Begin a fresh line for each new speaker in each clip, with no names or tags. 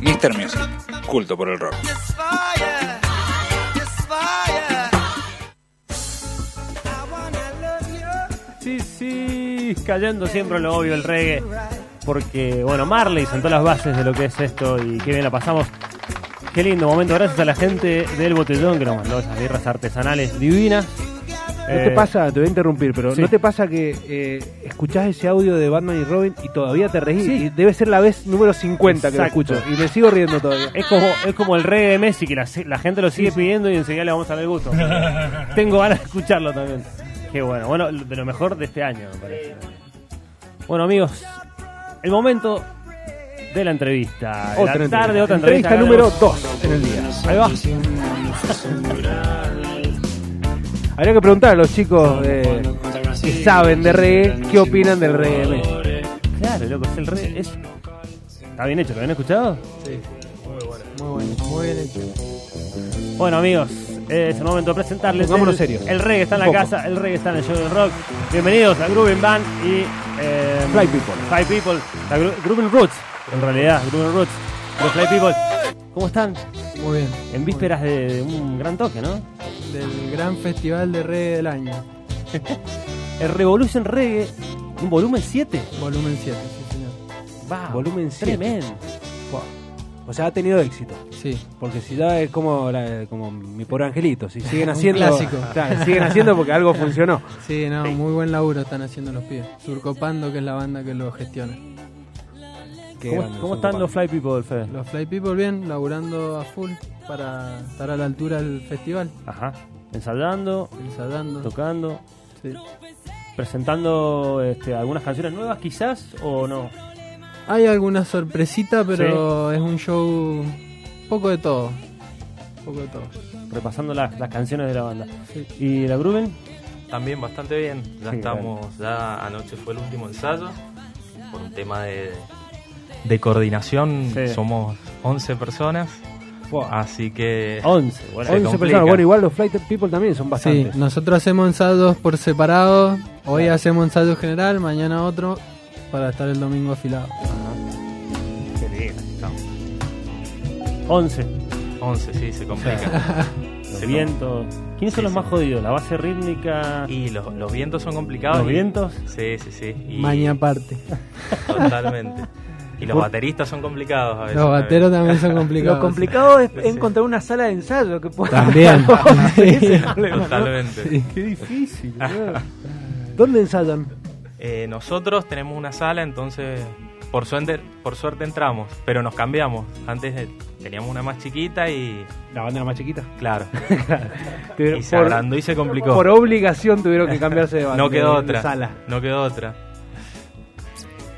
Winter Music, culto por el rock.
Sí, sí, cayendo siempre en lo obvio el reggae. Porque, bueno, Marley sentó las bases de lo que es esto y qué bien la pasamos. Qué lindo momento, gracias a la gente del botellón que nos mandó esas birras artesanales divinas.
¿No te
Eh,
pasa, te voy a interrumpir, pero
sí.
¿no te pasa que eh, escuchás ese audio de Batman y Robin y todavía te reís?
Sí.
Y debe ser la vez número 50 que lo
Exacto.
escucho. Y me sigo riendo todavía.
Es como, es como el reggae de Messi, que la, la gente lo sigue pidiendo y enseguida le vamos a dar el gusto. Tengo ganas de escucharlo también. Qué bueno, bueno, de lo mejor de este año, me parece. Bueno, amigos, el momento de la entrevista. De la tarde, otra entrevista.
número
ganamos.
2 en el día.
Ahí va.
Habría que preguntar a los chicos eh, que saben de reggae, ¿qué opinan del reggae? de Messi.
Claro, loco, es el reggae. es- Está bien hecho, ¿lo habían escuchado?
Muy bien hecho.
Bueno, amigos, es el momento de presentarles.
Pongámonos
el,
serios.
El reggae está en la
Un poco.
casa, el reggae está en el show del rock. Bienvenidos a Groovin Band y. eh,
Fly People.
Fly People. La Gro- Groovin Roots, en realidad, Groovin Roots. Los Fly People. ¿Cómo están?
Muy bien.
En vísperas de, de un gran toque, ¿no?
Del gran festival de reggae del año,
El Revolution Reggae, un volumen 7.
volumen 7, sí señor.
Va,
Volumen 7.
Tremendo.
O sea, ha tenido éxito.
Sí.
Porque si ya es como, la- como mi pobre angelito, si siguen haciendo.
clásico.
Claro, siguen haciendo porque algo funcionó.
Sí, no, muy buen laburo están haciendo los pibes. Surcopando, que es la banda que lo gestiona.
Qué grande,
¿Cómo, cómo
son
están
copados.
los Fly People, Fede?
Los Fly People bien, laburando a full para estar a la altura del festival.
Ajá. Ensayando,
Ensayando.
tocando,
sí.
presentando este, algunas canciones nuevas, quizás, o no.
Hay alguna sorpresita, pero es un show poco de todo. Poco de todo.
repasando las, las canciones de la banda.
Sí.
¿Y la Gruben?
También bastante bien. Ya
Sí,
estamos, ya anoche fue el último ensayo. Por un tema de, de coordinación,
Sí.
somos 11 personas. Así que.
11, bueno.
11
Se
personas.
complica.
Bueno, igual los Flight People también son
Sí,
bastantes.
nosotros hacemos ensayos por separado. Hoy hacemos ensayo general, mañana otro, para estar el domingo afilado.
Qué lindo.
estamos
11,
11, sí, se complica.
los
Se
vientos. ¿Quiénes son
Sí,
los
sí.
más jodidos? ¿La base rítmica?
Y los, los vientos son complicados.
¿Los
y-
vientos?
Sí, sí, sí. y-
Mañana aparte.
Totalmente. Y los bateristas son complicados a veces.
Los bateros también son
Lo
complicados.
complicado es encontrar una sala de ensayo que pueda.
También.
Totalmente.
Qué difícil. boludo. ¿Dónde ensayan?
Eh, nosotros tenemos una sala, entonces por suerte, por suerte entramos, pero nos cambiamos. Antes eh, teníamos una más chiquita y
La banda era más chiquita.
claro,
Tuvieron-
y se
por-
agrandó y se complicó.
Por obligación tuvieron que cambiarse de banda.
no quedó
de
otra.
Sala.
No quedó otra.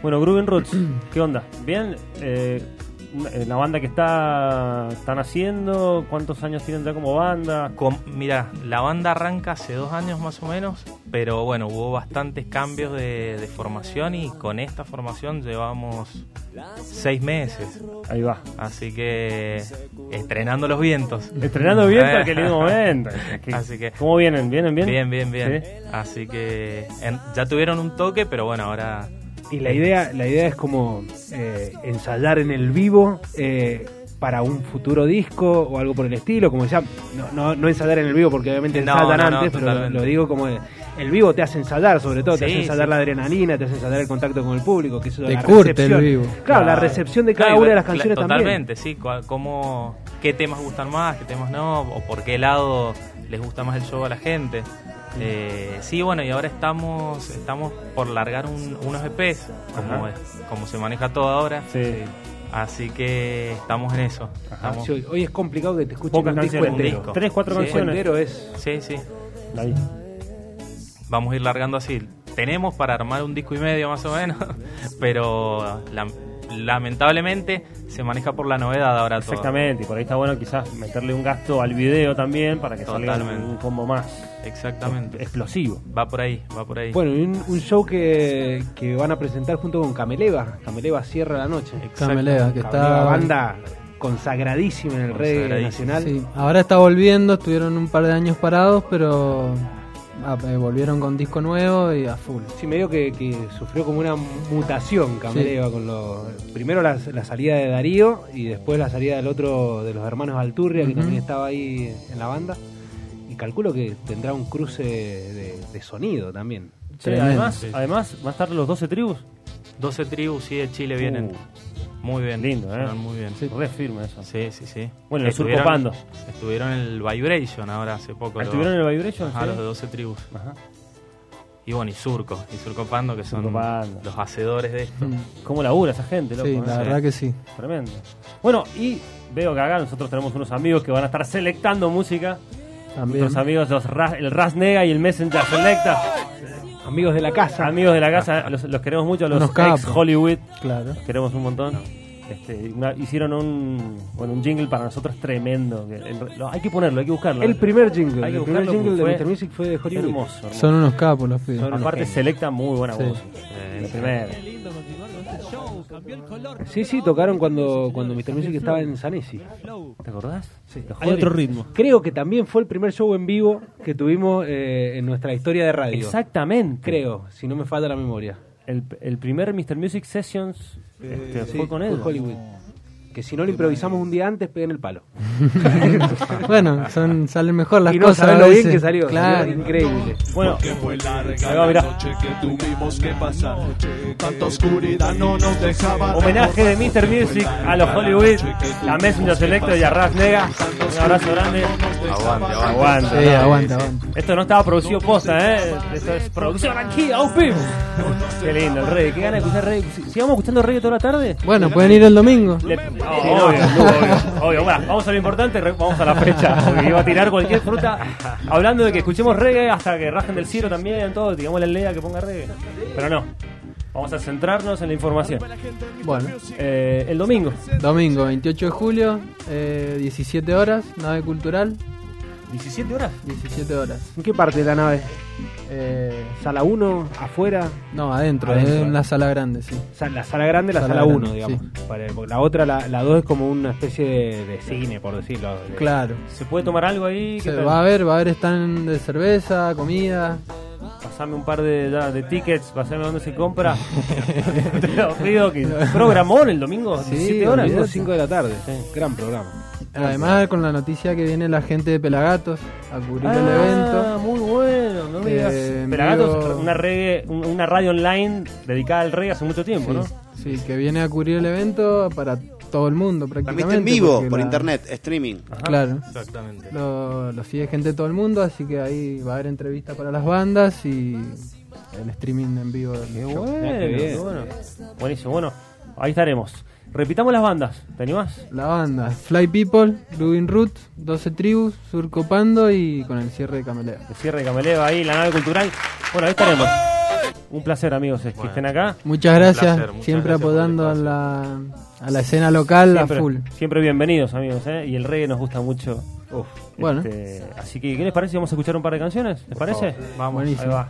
Bueno, Gruben Roots, ¿qué onda? ¿Bien? Eh, eh, la banda que está están haciendo, ¿cuántos años tienen ya como banda?
Com- mira, la banda arranca hace dos años más o menos, pero bueno, hubo bastantes cambios de, de formación y con esta formación llevamos seis meses.
Ahí va.
Así que estrenando los vientos.
Estrenando viento, qué lindo momento. Qué-
Así que-
¿Cómo vienen? ¿Vienen bien?
Bien, bien, bien.
Sí.
Así que en- ya tuvieron un toque, pero bueno, ahora
Y la idea, la idea es como eh, ensayar en el vivo eh, para un futuro disco o algo por el estilo. Como ya, no, no, no ensayar en el vivo porque obviamente
No,
ensayan
no, no,
antes, pero lo,
totalmente.
lo digo como de- el vivo te hace ensayar, sobre todo, te
Sí,
hace ensayar
sí.
la adrenalina, te hace ensayar el contacto con el público, que eso
Te
la
curte el
recepción.
vivo.
Claro, la recepción de cada
Claro,
una de las
cla-
canciones también.
Totalmente, sí. cua- Cómo, ¿Qué temas gustan más, qué temas no? ¿O por qué lado les gusta más el show a la gente? Eh, sí, bueno, y ahora estamos estamos por largar un- unos EPs, como,
Ajá.
es- como se maneja todo ahora.
Sí.
Así que estamos en eso.
Ah,
Estamos-
sí, hoy- Hoy es complicado que te escuchen
Pocas
un disco
canciones.
entero.
disco.
Tres, cuatro
Sí.
Un disco
canciones.
entero es...
sí, sí.
Ahí.
Vamos a ir largando así. Tenemos para armar un disco y medio más o menos, pero lam- lamentablemente se maneja por la novedad ahora todo.
Exactamente, y por ahí está bueno quizás meterle un gasto al video también para que salga
Totalmente.
un combo más
Exactamente.
explosivo.
Va por ahí, va por ahí.
Bueno, y un, un show que, que van a presentar junto con Cameleva. Cameleva cierra la noche.
Camelea, que
Cameleva,
está.
banda consagradísima en el reggae
Consagradísima.
nacional.
Sí, ahora está volviendo, estuvieron un par de años parados, pero ah, eh, volvieron con disco nuevo y a full.
Sí, medio que, que sufrió como una mutación Cambreva con lo primero la, la salida de Darío y después la salida del otro de los hermanos Alturria que
Ujú.
también estaba ahí en la banda y calculo que tendrá un cruce de, de sonido también.
Sí,
Tremendo.
además,
Sí.
además, más tarde los 12 tribus. Uh,
12 tribus, sí, de Chile vienen. muy bien.
lindo, ¿eh?
Sonaron Muy bien.
Uh, re firme eso.
Sí, sí, sí.
Bueno, los
Estuvieron-
surcopandos.
Estuvieron en el Vibration ahora hace poco. los-
¿Estuvieron en el Vibration?
Ajá,
Sí.
los de 12 tribus.
Ajá.
Y bueno, y Surco, y Surcopando, que son
Surcopando.
los hacedores de esto.
Mm.
¿Cómo labura esa gente, loco?
Sí,
eh?
la verdad que sí.
Tremendo. Bueno, y veo que acá nosotros tenemos unos amigos que van a estar selectando música.
También.
Nuestros amigos, los Ra- el Rasnega y el Messenger Selecta.
Amigos de la casa.
Amigos de la
Ah.
casa, los, los queremos mucho, los
Unos capos.
ex Hollywood.
Claro.
Los queremos un montón. Este, una- hicieron un, bueno, un jingle para nosotros tremendo. que el- lo- hay que ponerlo, hay que buscarlo.
El primer jingle,
Hay que
el primer
buscarlo,
jingle de
fue
Mr. Music fue de Hollywood.
hermoso. hermoso.
Son unos capos los pibes.
Son- unos
Aparte,
genios.
selecta muy buena
Sí.
voz.
Eh,
La primera.
Sí, sí, tocaron cuando, cuando Mr. Music estaba en Sanesi.
¿Te acordás? Sí.
Hay otro ritmo. Creo que también fue el primer show en vivo que tuvimos eh, en nuestra historia de radio.
Exactamente.
Creo, si no me falta la memoria.
El, el primer Mr. Music Sessions este,
Eh, Sí,
fue con él.
Hollywood. Que si no lo improvisamos un día antes, peguen el palo.
bueno, son, salen mejor las
y no
cosas.
saben
a
lo bien
veces.
que salió.
Claro.
salió increíble.
Bueno,
Que fue larga
Ahí va, mirá.
la noche que tuvimos que pasar. Tanta oscuridad no nos dejaba.
homenaje de Mr. Music a los Hollywood, a Messenger Selecto y a Raz Nega. Un abrazo grande.
Aguante,
Aguante.
Sí, aguanta, aguanta.
Esto no estaba producido posta, ¿eh? Esto es producción aquí, a un pib. Qué lindo, el reggae. Qué ganas de escuchar reggae. Si- ¿Sigamos escuchando reggae toda la tarde?
Bueno, pueden ir el domingo.
Le- Oh, obvio, obvio, obvio. Bueno, vamos a lo importante, re- vamos a la fecha. Porque iba a tirar cualquier fruta. Hablando de que escuchemos reggae hasta que rajen del cielo también, todo. Digamos la aldea que ponga reggae. Pero no. Vamos a centrarnos en la información.
Bueno,
Eh, el domingo,
domingo 28 de julio, eh, 17 horas, nave cultural,
17 horas.
17 horas.
¿En qué parte de la nave?
Eh,
¿Sala 1, afuera?
no, adentro,
Adentro,
eh, en la
adentro.
sala grande, sí.
Sa- La sala grande, la
Sala
sala 1,
grande,
digamos. Para- porque la otra, la 2, es como una especie de, de cine, por decirlo. de-
Claro.
¿Se puede tomar algo ahí? ¿Qué
Se
tal?
va a haber, va a haber stand de cerveza, comida.
Pasame un par de, ya, de tickets, pasame dónde se compra. Te lo pido que programón el domingo,
Sí,
17
Ahora
horas.
mismo
olvidate.
5 de la tarde. Gran
Ah,
programa.
Además, con la noticia que viene la gente de Pelagatos a cubrir el
Ah,
evento.
muy bueno, no me
Eh,
digas. Pelagatos,
medio-
una, reggae, un- una radio online dedicada al reggae hace mucho tiempo, ¿no?
Sí, que viene a cubrir el evento para todo el mundo prácticamente.
Transmite en vivo,
porque
por
la-
internet, streaming.
Claro.
Exactamente.
Lo, lo sigue gente de todo el mundo, así que ahí va a haber entrevistas para las bandas y el streaming en vivo. del
Qué
show.
bueno,
Ah, qué bien.
qué bueno. Buenísimo, bueno, ahí estaremos. Repitamos las bandas, ¿te animás?
La banda Fly People, Rubin Root, 12 Tribus, Surcopando y con el cierre de Camelea.
El cierre de Cameleva ahí, la nave cultural. Bueno, ahí estaremos. Un placer, amigos, es que
Bueno.
estén acá.
Muchas gracias,
placer, muchas
siempre
gracias por el
apoyando a la, a la escena local a full.
Siempre, siempre bienvenidos, amigos, ¿eh? Y el reggae nos gusta mucho.
Uf.
Bueno.
Este, así que, ¿qué les parece? Vamos a escuchar un par de canciones, ¿les parece?
Vamos.
Ahí va.